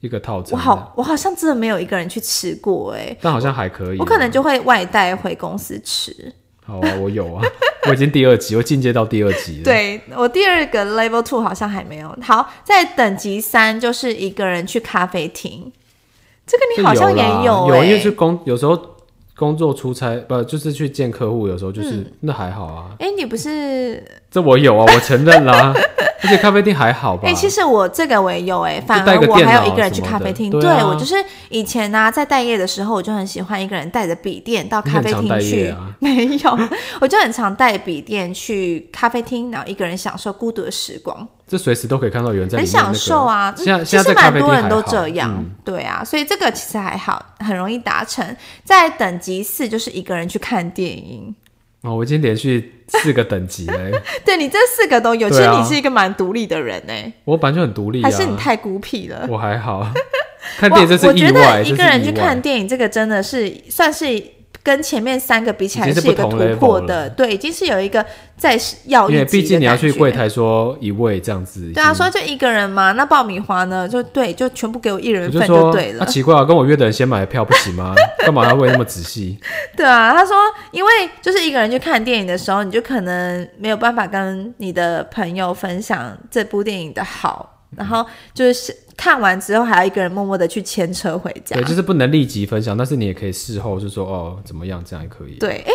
[SPEAKER 1] 一个套餐
[SPEAKER 2] 我
[SPEAKER 1] 啊，
[SPEAKER 2] 好，我好像真的没有一个人去吃过哎、
[SPEAKER 1] 但好像还可以啊。
[SPEAKER 2] 我可能就会外带回公司吃。
[SPEAKER 1] 好啊，我有啊，我已经第二集，我进阶到第二集了。，
[SPEAKER 2] 对我第二个 level two 好像还没有。好，在等级三就是一个人去咖啡厅，这个你好像也
[SPEAKER 1] 有啦
[SPEAKER 2] 有
[SPEAKER 1] 因
[SPEAKER 2] 哎、
[SPEAKER 1] 为去工有时候工作出差，不就是去
[SPEAKER 2] 嗯
[SPEAKER 1] 见客户，有时候就是、那还好啊，
[SPEAKER 2] 哎、你不是
[SPEAKER 1] 这我有啊，我承认啦。而且咖啡厅还好吧？
[SPEAKER 2] 哎、其实我这个我也有哎、反
[SPEAKER 1] 带
[SPEAKER 2] 而
[SPEAKER 1] 个
[SPEAKER 2] 我
[SPEAKER 1] 电
[SPEAKER 2] 还
[SPEAKER 1] 脑
[SPEAKER 2] 有一个人
[SPEAKER 1] 什
[SPEAKER 2] 去
[SPEAKER 1] 么
[SPEAKER 2] 咖
[SPEAKER 1] 的
[SPEAKER 2] 啡厅。
[SPEAKER 1] 对啊
[SPEAKER 2] 我就是以前呢、啊在待业的时候，我就很喜欢一个人带着笔电到
[SPEAKER 1] 你
[SPEAKER 2] 咖
[SPEAKER 1] 很
[SPEAKER 2] 啡
[SPEAKER 1] 常
[SPEAKER 2] 厅
[SPEAKER 1] 待
[SPEAKER 2] 去。
[SPEAKER 1] 业啊
[SPEAKER 2] 没有，我就很常带笔电去咖啡厅，然后一个人享受孤独的时光，
[SPEAKER 1] 这随时都可以看到有人在里
[SPEAKER 2] 很
[SPEAKER 1] 面那个、
[SPEAKER 2] 享受啊。
[SPEAKER 1] 现在
[SPEAKER 2] 嗯其
[SPEAKER 1] 现在在
[SPEAKER 2] 实
[SPEAKER 1] 咖
[SPEAKER 2] 蛮
[SPEAKER 1] 啡厅
[SPEAKER 2] 多人
[SPEAKER 1] 还
[SPEAKER 2] 都
[SPEAKER 1] 好
[SPEAKER 2] 这样，
[SPEAKER 1] 嗯
[SPEAKER 2] 对啊，所以这个其实还好，很容易达成。在等级四就是一个人去看电影。
[SPEAKER 1] 哦，我已经连续四个等 级了，欸
[SPEAKER 2] 对你这四个都有，其
[SPEAKER 1] 对
[SPEAKER 2] 实
[SPEAKER 1] 啊
[SPEAKER 2] 你是一个蛮独立的人哎、
[SPEAKER 1] 我本来就很独立啊。
[SPEAKER 2] 还是你太孤僻了？
[SPEAKER 1] 我还好， 看
[SPEAKER 2] 哇
[SPEAKER 1] 电影这
[SPEAKER 2] 我
[SPEAKER 1] 是意
[SPEAKER 2] 觉
[SPEAKER 1] 外，
[SPEAKER 2] 得一
[SPEAKER 1] 这
[SPEAKER 2] 个
[SPEAKER 1] 是
[SPEAKER 2] 人
[SPEAKER 1] 意
[SPEAKER 2] 去
[SPEAKER 1] 外
[SPEAKER 2] 看电影，这个真的是算是跟前面三个比起来
[SPEAKER 1] 已经
[SPEAKER 2] 是
[SPEAKER 1] 是
[SPEAKER 2] 一个
[SPEAKER 1] 不同
[SPEAKER 2] 突破
[SPEAKER 1] level
[SPEAKER 2] 的，
[SPEAKER 1] 了
[SPEAKER 2] 对，已经是有一个在要一
[SPEAKER 1] 因
[SPEAKER 2] 级
[SPEAKER 1] 为
[SPEAKER 2] 的
[SPEAKER 1] 毕竟你要去
[SPEAKER 2] 感觉
[SPEAKER 1] 柜。台说一位这样子。
[SPEAKER 2] 对啊，说就一个人嘛，那爆米花呢？就对，就全部给我一
[SPEAKER 1] 我
[SPEAKER 2] 人
[SPEAKER 1] 就
[SPEAKER 2] 份
[SPEAKER 1] 说
[SPEAKER 2] 对了。
[SPEAKER 1] 啊，奇怪啊，跟我约的人先买票不行吗？ 干嘛要问那么仔 细？
[SPEAKER 2] 对啊，他说，因为就是一个人去看电影的时候，你就可能没有办法跟你的朋友分享这部电影的好，然后就是看完之后还要一个人默默的去牵车回家。
[SPEAKER 1] 对，就是不能立即分享，但是你也可以事后就说哦，怎么样，这样也可以。
[SPEAKER 2] 对，哎、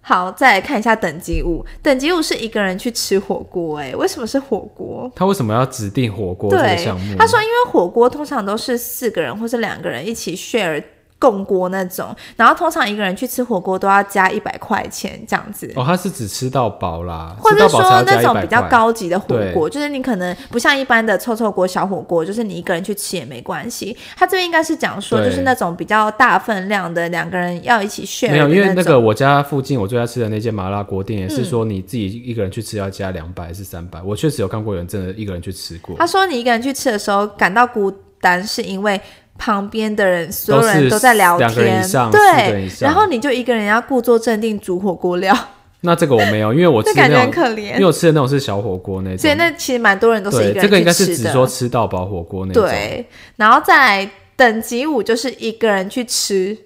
[SPEAKER 2] 好，再来看一下等级五。等级五是一个人去吃火锅，哎，为什么是火锅？
[SPEAKER 1] 他为什么要指定火锅这个
[SPEAKER 2] 对
[SPEAKER 1] 项目，？
[SPEAKER 2] 他说因为火锅通常都是四个人或是两个人一起 share 共锅那种，然后通常一个人去吃火锅都要加一百块钱这样子。
[SPEAKER 1] 哦，他是只吃到饱啦，
[SPEAKER 2] 或
[SPEAKER 1] 吃
[SPEAKER 2] 者
[SPEAKER 1] 到饱才
[SPEAKER 2] 说
[SPEAKER 1] 要
[SPEAKER 2] 那
[SPEAKER 1] 加
[SPEAKER 2] 种
[SPEAKER 1] 100
[SPEAKER 2] 比较
[SPEAKER 1] 块。
[SPEAKER 2] 高级的火锅，就是你可能不像一般的臭臭锅、小火锅，就是你一个人去吃也没关系。他这边应该是讲说，
[SPEAKER 1] 对
[SPEAKER 2] 就是那种比较大分量的，两个人要一起 share
[SPEAKER 1] 没有，因
[SPEAKER 2] 的
[SPEAKER 1] 为那
[SPEAKER 2] 那
[SPEAKER 1] 个
[SPEAKER 2] 种。嗯
[SPEAKER 1] 我家附近我最爱吃的那间麻辣锅店，也是说你自己一个人去吃要加两百还是三百。我确实有看过有人真的一个人去吃过，
[SPEAKER 2] 他说你一个人去吃的时候感到孤单，是因为旁边的人所有
[SPEAKER 1] 都是
[SPEAKER 2] 人都在聊
[SPEAKER 1] 两个人
[SPEAKER 2] 天
[SPEAKER 1] 以，上四个人
[SPEAKER 2] 对
[SPEAKER 1] 以，上
[SPEAKER 2] 然后你就一个人要故作镇定煮火锅料，
[SPEAKER 1] 那这个我没有，因为我吃那
[SPEAKER 2] 这感觉很
[SPEAKER 1] 种，
[SPEAKER 2] 可
[SPEAKER 1] 因为
[SPEAKER 2] 怜。
[SPEAKER 1] 我吃的那种是小火锅那
[SPEAKER 2] 所以
[SPEAKER 1] 种。
[SPEAKER 2] 那其实蛮多人都是一
[SPEAKER 1] 对，这
[SPEAKER 2] 个人去吃的。
[SPEAKER 1] 个应该是只说吃到饱火锅那种。
[SPEAKER 2] 对，然后再来等级五就是一个人去吃，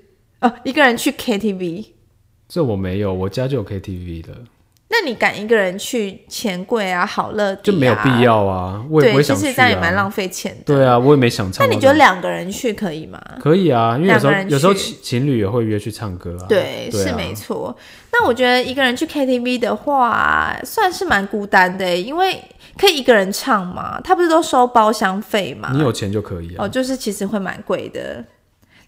[SPEAKER 2] 呃，一个人去 KTV。
[SPEAKER 1] 这我没有，我家就有 KTV 的，
[SPEAKER 2] 那你敢一个人去钱柜啊、好乐迪、啊、
[SPEAKER 1] 就没有必、要啊。我也不
[SPEAKER 2] 哎对，
[SPEAKER 1] 会
[SPEAKER 2] 其
[SPEAKER 1] 想去、
[SPEAKER 2] 实
[SPEAKER 1] 啊。
[SPEAKER 2] 这样也蛮浪费钱的。
[SPEAKER 1] 对啊，我也没想唱
[SPEAKER 2] 那
[SPEAKER 1] 到这。
[SPEAKER 2] 你觉得两个人去可以吗？
[SPEAKER 1] 可以啊？因为有时候
[SPEAKER 2] 两个人去
[SPEAKER 1] 有时候情情侣也会约去唱歌啊。
[SPEAKER 2] 对，
[SPEAKER 1] 对啊
[SPEAKER 2] 是没错。那我觉得一个人去 KTV 的话，算是蛮孤单的欸耶，因为可以一个人唱嘛，他不是都收包厢费嘛？
[SPEAKER 1] 你有钱就可以啊。
[SPEAKER 2] 哦，就是其实会蛮贵的。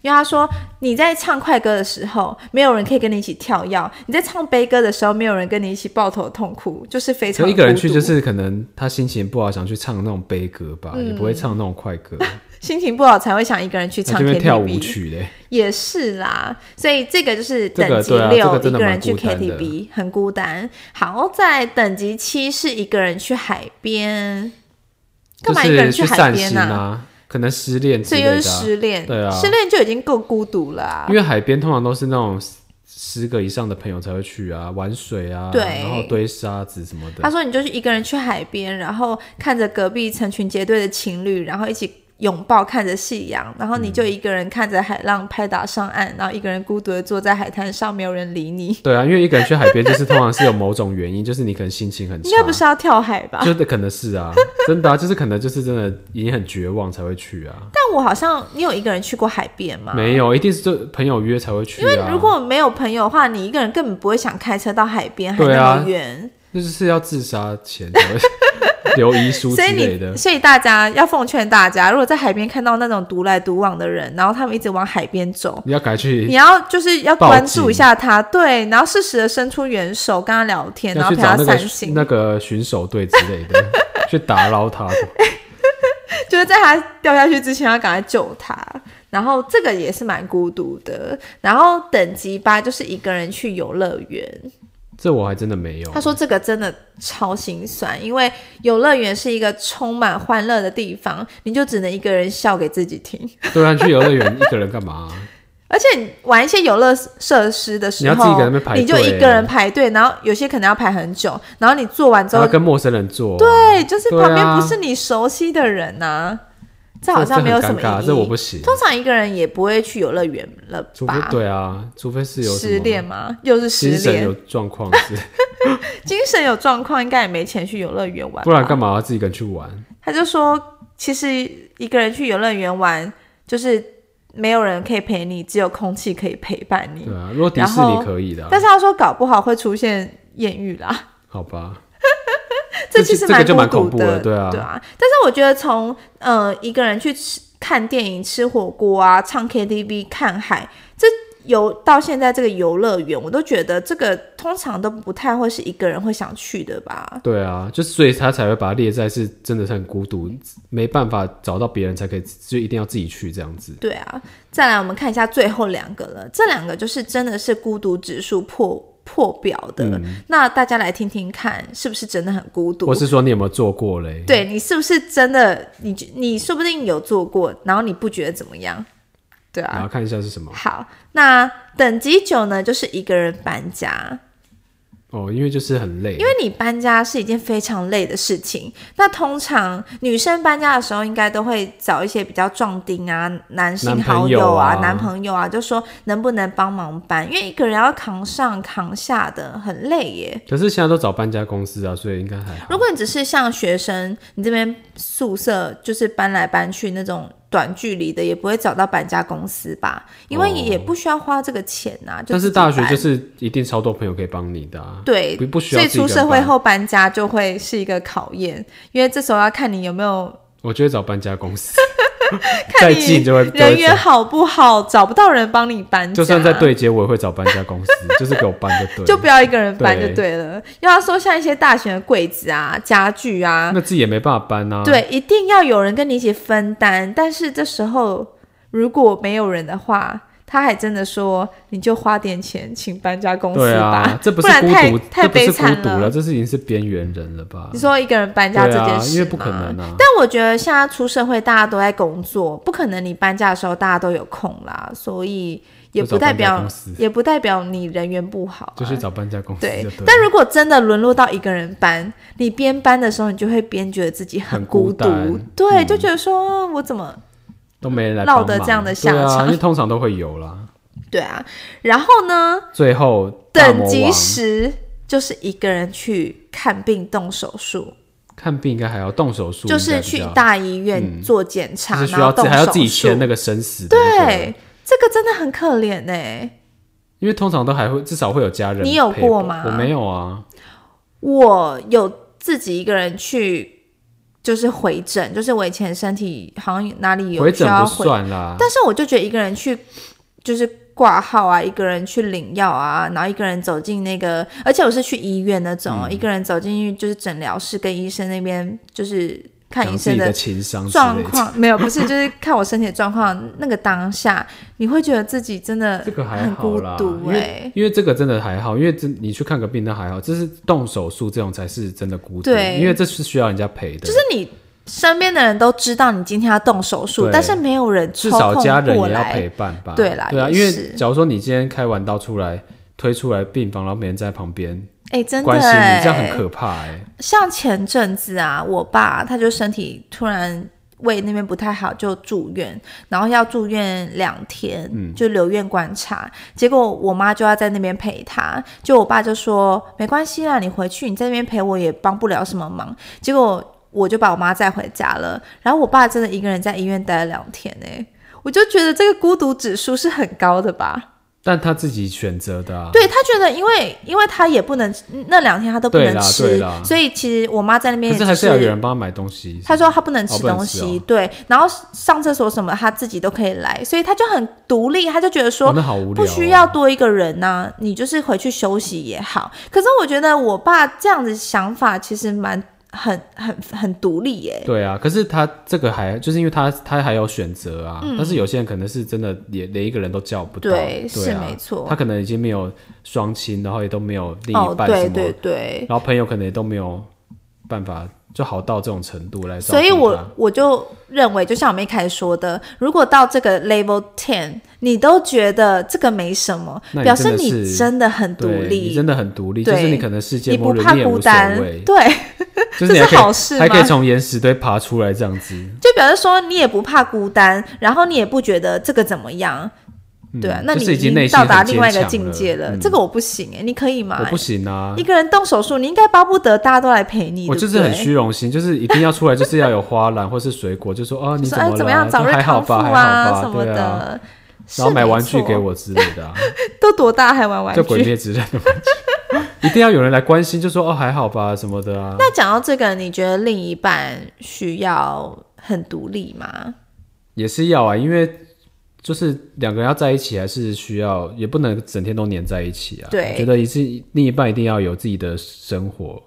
[SPEAKER 2] 因为他说你在唱快歌的时候，没有人可以跟你一起跳跃；你在唱悲歌的时候，没有人跟你一起抱头痛哭，就是非
[SPEAKER 1] 所
[SPEAKER 2] 常
[SPEAKER 1] 以一个人
[SPEAKER 2] 孤
[SPEAKER 1] 去
[SPEAKER 2] 独嗯
[SPEAKER 1] 就是可能他心情不好，想去唱那种悲歌吧，也不会唱那种快 歌，
[SPEAKER 2] 心情不好才会想一个人去
[SPEAKER 1] 那
[SPEAKER 2] 唱
[SPEAKER 1] 就会
[SPEAKER 2] KTV
[SPEAKER 1] 跳舞曲嘞。
[SPEAKER 2] 也是啦，所以这个就是
[SPEAKER 1] 这
[SPEAKER 2] 等
[SPEAKER 1] 个
[SPEAKER 2] 级
[SPEAKER 1] 对啊
[SPEAKER 2] 六、
[SPEAKER 1] 这个真
[SPEAKER 2] 一
[SPEAKER 1] 的
[SPEAKER 2] 个
[SPEAKER 1] 蛮
[SPEAKER 2] 人去
[SPEAKER 1] 孤单的
[SPEAKER 2] KTV 很孤单。好，在等级七是一个人去海边，
[SPEAKER 1] 就
[SPEAKER 2] 干嘛一个人
[SPEAKER 1] 是
[SPEAKER 2] 去海
[SPEAKER 1] 散
[SPEAKER 2] 边
[SPEAKER 1] 心
[SPEAKER 2] 呢、
[SPEAKER 1] 啊，可能失恋之
[SPEAKER 2] 所以
[SPEAKER 1] 类
[SPEAKER 2] 又是
[SPEAKER 1] 的啊。
[SPEAKER 2] 失恋，
[SPEAKER 1] 对啊
[SPEAKER 2] 失恋就已经够孤独了啊、
[SPEAKER 1] 因为海边通常都是那种十十个以上的朋友才会去啊，玩水啊，
[SPEAKER 2] 对
[SPEAKER 1] 然后堆沙子什么的。
[SPEAKER 2] 他说：“你就是一个人去海边，然后看着隔壁成群结队的情侣，然后一起拥抱，看着夕阳，然后你就一个人看着海浪拍打上岸，然后一个人孤独的坐在海滩上，没有人理你。
[SPEAKER 1] 对啊，因为一个人去海边就是通常是有某种原因，就是你可能心情很差
[SPEAKER 2] 应，该不是要跳海吧？
[SPEAKER 1] 就是可能是啊， 真的啊，就是可能就是真的已经很绝望才会去啊，
[SPEAKER 2] 但我好像你有一个人去过海边吗？
[SPEAKER 1] 没有，一定是就朋友约才会去啊。
[SPEAKER 2] 因为如果没有朋友的话，你一个人根本不会想开车到海边，还
[SPEAKER 1] 对啊
[SPEAKER 2] 那么远。
[SPEAKER 1] 那就是要自杀前才会 留遗书之
[SPEAKER 2] 所以
[SPEAKER 1] 类的
[SPEAKER 2] 你，。所以大家要奉劝大家，如果在海边看到那种独来独往的人，然后他们一直往海边走，
[SPEAKER 1] 你要赶快
[SPEAKER 2] 你
[SPEAKER 1] 去，
[SPEAKER 2] 要就是要
[SPEAKER 1] 报
[SPEAKER 2] 关
[SPEAKER 1] 警
[SPEAKER 2] 注一下他，对，然后适时的伸出援手，跟他聊天，然
[SPEAKER 1] 要
[SPEAKER 2] 后
[SPEAKER 1] 去
[SPEAKER 2] 陪
[SPEAKER 1] 找
[SPEAKER 2] 他
[SPEAKER 1] 那个
[SPEAKER 2] 散
[SPEAKER 1] 巡
[SPEAKER 2] 心，
[SPEAKER 1] 那个巡守队之类的， 去打捞他。
[SPEAKER 2] 就是在他掉下去之前要赶快救他。然后这个也是蛮孤独的。然后等级八就是一个人去游乐园，
[SPEAKER 1] 这我还真的没有
[SPEAKER 2] 他。说这个真的超心酸，因为游乐园是一个充满欢乐的地方，你就只能一个人笑给自己听。
[SPEAKER 1] 对啊，你去游乐园一个人干嘛、
[SPEAKER 2] 而且你玩一些游乐设施的时候，
[SPEAKER 1] 你要自己一个人在那边排队
[SPEAKER 2] 你就一个人排队，然后有些可能要排很久，然后你做完之
[SPEAKER 1] 然
[SPEAKER 2] 后
[SPEAKER 1] 后跟陌生人做，啊
[SPEAKER 2] 对，就是
[SPEAKER 1] 对
[SPEAKER 2] 旁边
[SPEAKER 1] 啊
[SPEAKER 2] 不是你熟悉的人呐、这
[SPEAKER 1] 这
[SPEAKER 2] 好像没有什么
[SPEAKER 1] 这很尴尬
[SPEAKER 2] 意义。啊
[SPEAKER 1] 这我不行。
[SPEAKER 2] 通常一个人也不会去游乐园了
[SPEAKER 1] 除非
[SPEAKER 2] 吧？
[SPEAKER 1] 对啊，除非是有什么
[SPEAKER 2] 失恋吗？又是失
[SPEAKER 1] 精神有
[SPEAKER 2] 恋，
[SPEAKER 1] 状况 是，
[SPEAKER 2] 精神有状况，应该也没钱去游乐园玩吧。
[SPEAKER 1] 不然干嘛要自己一个人去 玩？
[SPEAKER 2] 他就说，其实一个人去游乐园玩，就是没有人可以陪你，只有空气可以陪伴你。
[SPEAKER 1] 对啊，如果迪士
[SPEAKER 2] 然后
[SPEAKER 1] 尼可以的啊、
[SPEAKER 2] 但是他说，搞不好会出现艳遇啦。
[SPEAKER 1] 好吧？
[SPEAKER 2] 这其实
[SPEAKER 1] 这个就蛮
[SPEAKER 2] 孤
[SPEAKER 1] 恐怖
[SPEAKER 2] 独的，
[SPEAKER 1] 的对啊
[SPEAKER 2] 对啊。但是我觉得从呃一个人去吃看电影、吃火锅啊、唱 KTV、看海，这游到现在这个游乐园，我都觉得这个通常都不太会是一个人会想去的吧。
[SPEAKER 1] 对啊，就所以他才会把它列在是真的是很孤独，没办法找到别人才可以，就一定要自己去这样子。
[SPEAKER 2] 对啊，再来我们看一下最后两个了，这两个就是真的是孤独指数破。破表的，那大家来听听看，是不是真的很孤独？
[SPEAKER 1] 或嗯是说你有没有做过嘞？
[SPEAKER 2] 对你是不是真的？你就你说不定有做过，然后你不觉得怎么样？对
[SPEAKER 1] 然
[SPEAKER 2] 啊。
[SPEAKER 1] 后看一下是什么
[SPEAKER 2] 好，那等级九呢，就是一个人搬家，
[SPEAKER 1] 哦，因为就是很累，
[SPEAKER 2] 因为你搬家是一件非常累的事情。那通常女生搬家的时候，应该都会找一些比较壮丁啊、男性
[SPEAKER 1] 男
[SPEAKER 2] 好
[SPEAKER 1] 朋
[SPEAKER 2] 友
[SPEAKER 1] 友啊
[SPEAKER 2] 啊、男朋友啊，就说能不能帮忙搬，因为一个人要扛上扛下的，很累耶。
[SPEAKER 1] 可是现在都找搬家公司啊，所以应该还好。
[SPEAKER 2] 如果你只是像学生，你这边宿舍就是搬来搬去那种短距离的，也不会找到搬家公司吧？因为
[SPEAKER 1] 哦
[SPEAKER 2] 也不需要花这个钱呐、 就
[SPEAKER 1] 但是
[SPEAKER 2] 自己
[SPEAKER 1] 大学
[SPEAKER 2] 搬
[SPEAKER 1] 就是一定超多朋友可以帮你的啊，
[SPEAKER 2] 对
[SPEAKER 1] 不不需
[SPEAKER 2] 所
[SPEAKER 1] 要
[SPEAKER 2] 以
[SPEAKER 1] 自己一
[SPEAKER 2] 出
[SPEAKER 1] 个人
[SPEAKER 2] 社会
[SPEAKER 1] 搬
[SPEAKER 2] 后搬家就会是一个考验，因为这时候要看你有没有
[SPEAKER 1] 我就会找搬家公司，
[SPEAKER 2] 看
[SPEAKER 1] 再
[SPEAKER 2] 你
[SPEAKER 1] 近就会就
[SPEAKER 2] 人
[SPEAKER 1] 会
[SPEAKER 2] 缘
[SPEAKER 1] 找，
[SPEAKER 2] 呃好不好，找不到人帮你搬家，
[SPEAKER 1] 就算在对接我也会找搬家公 司，就是给我搬就对了，
[SPEAKER 2] 就不要一个人搬就
[SPEAKER 1] 对
[SPEAKER 2] 对了。要说像一些大型的柜子啊、家具啊，
[SPEAKER 1] 那自己也没办法搬啊。，
[SPEAKER 2] 对，一定要有人跟你一起分担。但是这时候如果没有人的话，他还真的说你就花点钱请搬家公司
[SPEAKER 1] 对
[SPEAKER 2] 吧，
[SPEAKER 1] 啊，这不
[SPEAKER 2] 不
[SPEAKER 1] 是
[SPEAKER 2] 然
[SPEAKER 1] 孤
[SPEAKER 2] 太
[SPEAKER 1] 独，
[SPEAKER 2] 太
[SPEAKER 1] 这不
[SPEAKER 2] 悲
[SPEAKER 1] 是孤
[SPEAKER 2] 惨
[SPEAKER 1] 独了，。这是已经是边缘人了吧
[SPEAKER 2] 你？说一个人搬家
[SPEAKER 1] 对
[SPEAKER 2] 这件
[SPEAKER 1] 啊，
[SPEAKER 2] 事、
[SPEAKER 1] 因为不可能。啊。
[SPEAKER 2] 但我觉得现在出社会，大家都在工作，不可能你搬家的时候大家都有空啦，所以也
[SPEAKER 1] 就
[SPEAKER 2] 不
[SPEAKER 1] 找
[SPEAKER 2] 代
[SPEAKER 1] 搬家
[SPEAKER 2] 表
[SPEAKER 1] 公司
[SPEAKER 2] 也不代表你人缘不好、啊，
[SPEAKER 1] 就是找搬家公司
[SPEAKER 2] 对
[SPEAKER 1] 就，
[SPEAKER 2] 但如果真的沦落到一个人搬，你边搬的时候，你就会边觉得自己
[SPEAKER 1] 很孤
[SPEAKER 2] 孤独，
[SPEAKER 1] 单
[SPEAKER 2] 对，就觉得说嗯我怎么
[SPEAKER 1] 都没人来
[SPEAKER 2] 落
[SPEAKER 1] 帮
[SPEAKER 2] 得
[SPEAKER 1] 忙
[SPEAKER 2] 这样的下
[SPEAKER 1] 对啊，
[SPEAKER 2] 场
[SPEAKER 1] 因为通常都会有啦。
[SPEAKER 2] 对啊？然后呢，
[SPEAKER 1] 最后大
[SPEAKER 2] 等
[SPEAKER 1] 魔
[SPEAKER 2] 级
[SPEAKER 1] 王
[SPEAKER 2] 十就是一个人去看病动手术，
[SPEAKER 1] 看病应该还要动手术应
[SPEAKER 2] 就
[SPEAKER 1] 该
[SPEAKER 2] 是
[SPEAKER 1] 比
[SPEAKER 2] 去
[SPEAKER 1] 较，
[SPEAKER 2] 大医院做检查，
[SPEAKER 1] 嗯就是需
[SPEAKER 2] 然后
[SPEAKER 1] 要自
[SPEAKER 2] 动
[SPEAKER 1] 还要自己
[SPEAKER 2] 手术
[SPEAKER 1] 签。那个生死的那个
[SPEAKER 2] 对，这个真的很可怜哎、
[SPEAKER 1] 因为通常都还会至少会有家人陪伴。
[SPEAKER 2] 你有过吗
[SPEAKER 1] 我没有啊，
[SPEAKER 2] 我有自己一个人去，就是回诊，就是我以前身体好像哪里有
[SPEAKER 1] 回
[SPEAKER 2] 需
[SPEAKER 1] 诊
[SPEAKER 2] 要
[SPEAKER 1] 不
[SPEAKER 2] 回
[SPEAKER 1] 算啊啦。
[SPEAKER 2] 但是我就觉得一个人去就是挂号啊，一个人去领药啊，然后一个人走进那个，而且我是去医院那种，
[SPEAKER 1] 嗯
[SPEAKER 2] 一个人走进去就是诊疗室跟医生那边就是看
[SPEAKER 1] 讲
[SPEAKER 2] 医
[SPEAKER 1] 自己
[SPEAKER 2] 生
[SPEAKER 1] 的情商之
[SPEAKER 2] 状
[SPEAKER 1] 类的，
[SPEAKER 2] 况，没有不是就是看我身体的状况，那个当下你会觉得自己真的
[SPEAKER 1] 这个还
[SPEAKER 2] 很
[SPEAKER 1] 好
[SPEAKER 2] 孤
[SPEAKER 1] 啦，
[SPEAKER 2] 独
[SPEAKER 1] 因
[SPEAKER 2] 哎、
[SPEAKER 1] 为因为这个真的还好，因为这你去看个病那还好，就是动手术这种才是真的孤独，
[SPEAKER 2] 对
[SPEAKER 1] 因为这是需要人家陪的，
[SPEAKER 2] 就是你。身边的人都知道你今天要动手术，
[SPEAKER 1] 对
[SPEAKER 2] 但是没有人抽
[SPEAKER 1] 至少
[SPEAKER 2] 空
[SPEAKER 1] 家人
[SPEAKER 2] 过
[SPEAKER 1] 也要
[SPEAKER 2] 来。
[SPEAKER 1] 陪伴吧，
[SPEAKER 2] 对啦
[SPEAKER 1] 对啊，
[SPEAKER 2] 也
[SPEAKER 1] 因为
[SPEAKER 2] 是
[SPEAKER 1] 假如说你今天开完刀出来。推出来病房，然后没人在旁边
[SPEAKER 2] 哎、真的欸
[SPEAKER 1] 关心
[SPEAKER 2] 哎、
[SPEAKER 1] 你，这样很可怕哎、
[SPEAKER 2] 像前阵子啊，我爸他就身体突然胃那边不太好，就住院，然后要住院两天，
[SPEAKER 1] 嗯
[SPEAKER 2] 就留院观察。结果我妈就要在那边陪他，就我爸就说没关系啦，你回去你在那边陪我也帮不了什么忙。结果我就把我妈载回家了，然后我爸真的一个人在医院待了两天呢、我就觉得这个孤独指数是很高的吧。
[SPEAKER 1] 但他自己选择的啊，
[SPEAKER 2] 对他觉得，因为因为他也不能那两天他都不
[SPEAKER 1] 对
[SPEAKER 2] 能
[SPEAKER 1] 啦对
[SPEAKER 2] 吃
[SPEAKER 1] 啦，
[SPEAKER 2] 所以其实我妈在那边
[SPEAKER 1] 可
[SPEAKER 2] 也
[SPEAKER 1] 是
[SPEAKER 2] 只
[SPEAKER 1] 还是要有人帮他买东西。
[SPEAKER 2] 他说他不能吃
[SPEAKER 1] 哦不能
[SPEAKER 2] 东
[SPEAKER 1] 吃
[SPEAKER 2] 西，
[SPEAKER 1] 哦
[SPEAKER 2] 对，然后上厕所什么他自己都可以来，所以他就很独立，他就觉得说
[SPEAKER 1] 哦、那好无聊、
[SPEAKER 2] 不需要。多一个人呐、你就是回去休息也好。可是我觉得我爸这样子想法其实蛮很很很独立耶、
[SPEAKER 1] 对啊，可是他这个还就是因为他他还有选择啊，但是有些人可能是真的连连一个人都叫不到，
[SPEAKER 2] 嗯对
[SPEAKER 1] 对，
[SPEAKER 2] 是
[SPEAKER 1] 啊
[SPEAKER 2] 没错
[SPEAKER 1] 他可能已经没有双亲，然后也都没有另
[SPEAKER 2] 哦
[SPEAKER 1] 一，半什么，
[SPEAKER 2] 对对对，
[SPEAKER 1] 然后朋友可能也都没有办法就好到这种程度来照顾他。
[SPEAKER 2] 所以我我就认为，就像我们一开始说的，如果到这个 level ten，你都觉得这个没什么，
[SPEAKER 1] 那你
[SPEAKER 2] 表示
[SPEAKER 1] 真的是
[SPEAKER 2] 你真的很独
[SPEAKER 1] 对你
[SPEAKER 2] 立，
[SPEAKER 1] 真的很独立，就
[SPEAKER 2] 对
[SPEAKER 1] 是你可能世界
[SPEAKER 2] 你不
[SPEAKER 1] 末日
[SPEAKER 2] 怕
[SPEAKER 1] 也
[SPEAKER 2] 孤
[SPEAKER 1] 无所
[SPEAKER 2] 单，
[SPEAKER 1] 谓，
[SPEAKER 2] 对，
[SPEAKER 1] 就是你
[SPEAKER 2] 这
[SPEAKER 1] 还
[SPEAKER 2] 是
[SPEAKER 1] 可
[SPEAKER 2] 好事
[SPEAKER 1] 以还可以
[SPEAKER 2] 吗
[SPEAKER 1] 从岩石堆爬出来这样子。
[SPEAKER 2] 就表示说你也不怕孤单，然后你也不觉得这个怎么样，
[SPEAKER 1] 嗯
[SPEAKER 2] 对啊，那
[SPEAKER 1] 就
[SPEAKER 2] 你
[SPEAKER 1] 是已
[SPEAKER 2] 已
[SPEAKER 1] 经
[SPEAKER 2] 经
[SPEAKER 1] 内心
[SPEAKER 2] 到达
[SPEAKER 1] 很
[SPEAKER 2] 另外一个
[SPEAKER 1] 坚强
[SPEAKER 2] 境界
[SPEAKER 1] 了。
[SPEAKER 2] 了，
[SPEAKER 1] 嗯
[SPEAKER 2] 这个我不行 哎，你可以吗
[SPEAKER 1] 我？不行啊
[SPEAKER 2] 一，个人动手术，你应该巴不得大家都来陪你，
[SPEAKER 1] 我
[SPEAKER 2] 对
[SPEAKER 1] 就
[SPEAKER 2] 不
[SPEAKER 1] 是很
[SPEAKER 2] 对
[SPEAKER 1] 虚荣心，就是一定要出来，就是要有花篮或是水果，就说啊你
[SPEAKER 2] 说
[SPEAKER 1] 怎
[SPEAKER 2] 哎
[SPEAKER 1] 么
[SPEAKER 2] 怎么
[SPEAKER 1] 了
[SPEAKER 2] 样
[SPEAKER 1] 就
[SPEAKER 2] 早日
[SPEAKER 1] 还好
[SPEAKER 2] 康复
[SPEAKER 1] 吧，还好
[SPEAKER 2] 啊什
[SPEAKER 1] 吧，
[SPEAKER 2] 么
[SPEAKER 1] 对啊，
[SPEAKER 2] 的，
[SPEAKER 1] 然后
[SPEAKER 2] 是
[SPEAKER 1] 买
[SPEAKER 2] 没
[SPEAKER 1] 玩具
[SPEAKER 2] 错
[SPEAKER 1] 给，我之类的啊，
[SPEAKER 2] 都多大还玩玩
[SPEAKER 1] 就《鬼
[SPEAKER 2] 具？
[SPEAKER 1] 灭之刃》的玩具。一定要有人来关心，就说哦还好吧什么的啊。
[SPEAKER 2] 那讲到这个，你觉得另一半需要很独立吗？
[SPEAKER 1] 也是要啊，因为就是两个人要在一起，还是需要，也不能整天都黏在一起啊。
[SPEAKER 2] 对
[SPEAKER 1] 我觉得一是另一半一定要有自己的生活。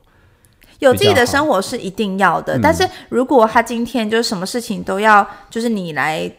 [SPEAKER 2] 有自己的生活是一定要
[SPEAKER 1] 嗯
[SPEAKER 2] 的，但是如果他今天就是什么事情都要，就是你来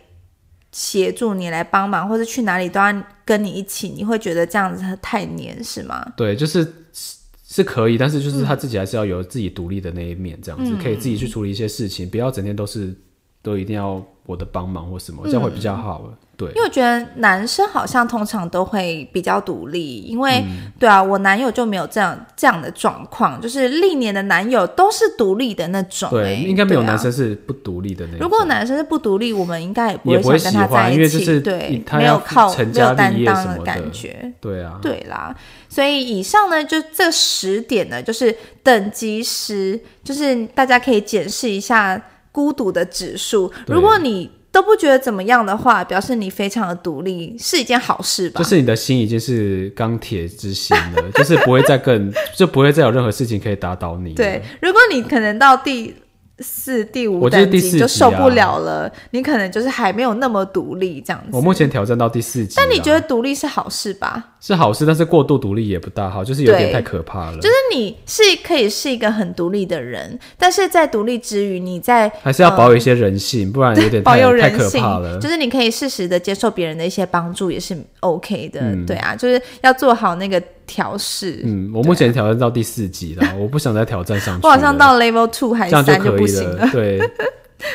[SPEAKER 2] 协助、你来帮忙，或者去哪里都要跟你一起，你会觉得这样子太黏是吗？
[SPEAKER 1] 对，就是是是可以，但是
[SPEAKER 2] 嗯
[SPEAKER 1] 就是他自己还是要有自己独立的那一面，这样子、可以自己去处理一些事情，不要整天都是都一定要我的帮忙或什么，这样会比较好。啊对
[SPEAKER 2] 嗯因，为我觉得男生好像通常都会比较独立，因为、
[SPEAKER 1] 嗯
[SPEAKER 2] 对啊，我男友就没有这样这样的状况，就是历年的男友都是独立的那种、欸，
[SPEAKER 1] 对，应该没有
[SPEAKER 2] 对啊
[SPEAKER 1] 男生是不独立的那一种。
[SPEAKER 2] 如果男生是不独立，我们应该也不
[SPEAKER 1] 也不
[SPEAKER 2] 会
[SPEAKER 1] 会
[SPEAKER 2] 想
[SPEAKER 1] 喜
[SPEAKER 2] 跟他在
[SPEAKER 1] 欢
[SPEAKER 2] 一起，
[SPEAKER 1] 因为就是
[SPEAKER 2] 对，
[SPEAKER 1] 他
[SPEAKER 2] 没
[SPEAKER 1] 要
[SPEAKER 2] 有靠
[SPEAKER 1] 成
[SPEAKER 2] 没有
[SPEAKER 1] 家立
[SPEAKER 2] 担
[SPEAKER 1] 业
[SPEAKER 2] 当
[SPEAKER 1] 什么的
[SPEAKER 2] 感觉。
[SPEAKER 1] 对啊，
[SPEAKER 2] 对啦，所以以上呢，就这十点呢，就是等级十，就是大家可以检视一下孤独的指数。
[SPEAKER 1] 对
[SPEAKER 2] 如果你都不觉得怎么样的话，表示你非常的独立，是一件好事吧？
[SPEAKER 1] 就是你的心已经是钢铁之心了，就是不会再更，就不会再有任何事情可以打倒你了。
[SPEAKER 2] 对，如果你可能到第四、第五
[SPEAKER 1] 我就是
[SPEAKER 2] 等
[SPEAKER 1] 第
[SPEAKER 2] 级
[SPEAKER 1] 四
[SPEAKER 2] 你就
[SPEAKER 1] 级
[SPEAKER 2] 受不
[SPEAKER 1] 啊
[SPEAKER 2] 了了，你可能就是还没有那么独立这样子。
[SPEAKER 1] 我目前挑战到第四集啊，
[SPEAKER 2] 但你觉得独立是好事吧？
[SPEAKER 1] 是好事，但是过度独立也不大好，就是有点
[SPEAKER 2] 对
[SPEAKER 1] 太可怕了。
[SPEAKER 2] 就是你是可以是一个很独立的人，但是在独立之余，你在
[SPEAKER 1] 还是要保有一些人性，不然有点
[SPEAKER 2] 嗯 保
[SPEAKER 1] 太
[SPEAKER 2] 有
[SPEAKER 1] 太
[SPEAKER 2] 人
[SPEAKER 1] 可
[SPEAKER 2] 性
[SPEAKER 1] 怕了，
[SPEAKER 2] 就。是你可以适时的接受别人的一些帮助，也是 OK 的。对啊，就是要做好那个调试。
[SPEAKER 1] 嗯，我目前挑战到第四集了，我不想再挑战上去
[SPEAKER 2] 啊我
[SPEAKER 1] 了。
[SPEAKER 2] 好像到 level two
[SPEAKER 1] 这
[SPEAKER 2] 还是
[SPEAKER 1] 样
[SPEAKER 2] 三
[SPEAKER 1] 可
[SPEAKER 2] 不
[SPEAKER 1] 以
[SPEAKER 2] 行
[SPEAKER 1] 了。 对，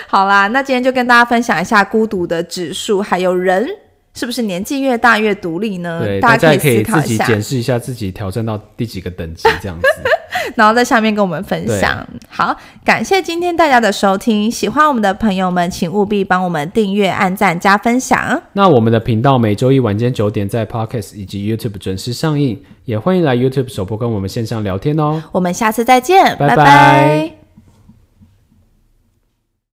[SPEAKER 2] 好啦，那今天就跟大家分享一下孤独的指数，还有人是不是年纪越大越独立呢
[SPEAKER 1] 对，？大
[SPEAKER 2] 嗯大
[SPEAKER 1] 家
[SPEAKER 2] 家
[SPEAKER 1] 也可
[SPEAKER 2] 可以
[SPEAKER 1] 以
[SPEAKER 2] 思考
[SPEAKER 1] 自
[SPEAKER 2] 一
[SPEAKER 1] 己
[SPEAKER 2] 下，
[SPEAKER 1] 检视一下自己挑战到第几个等级这样子。
[SPEAKER 2] 然后在下面跟我们分享。好，感谢今天大家的收听，喜欢我们的朋友们，请务必帮我们订阅、按赞、加分享。
[SPEAKER 1] 那我们的频道每周一晚间九点在 Podcast 以及 YouTube 准时上映，也欢迎来 YouTube 首播跟我们线上聊天哦。
[SPEAKER 2] 我们下次再见，
[SPEAKER 1] 拜
[SPEAKER 2] 拜
[SPEAKER 1] 拜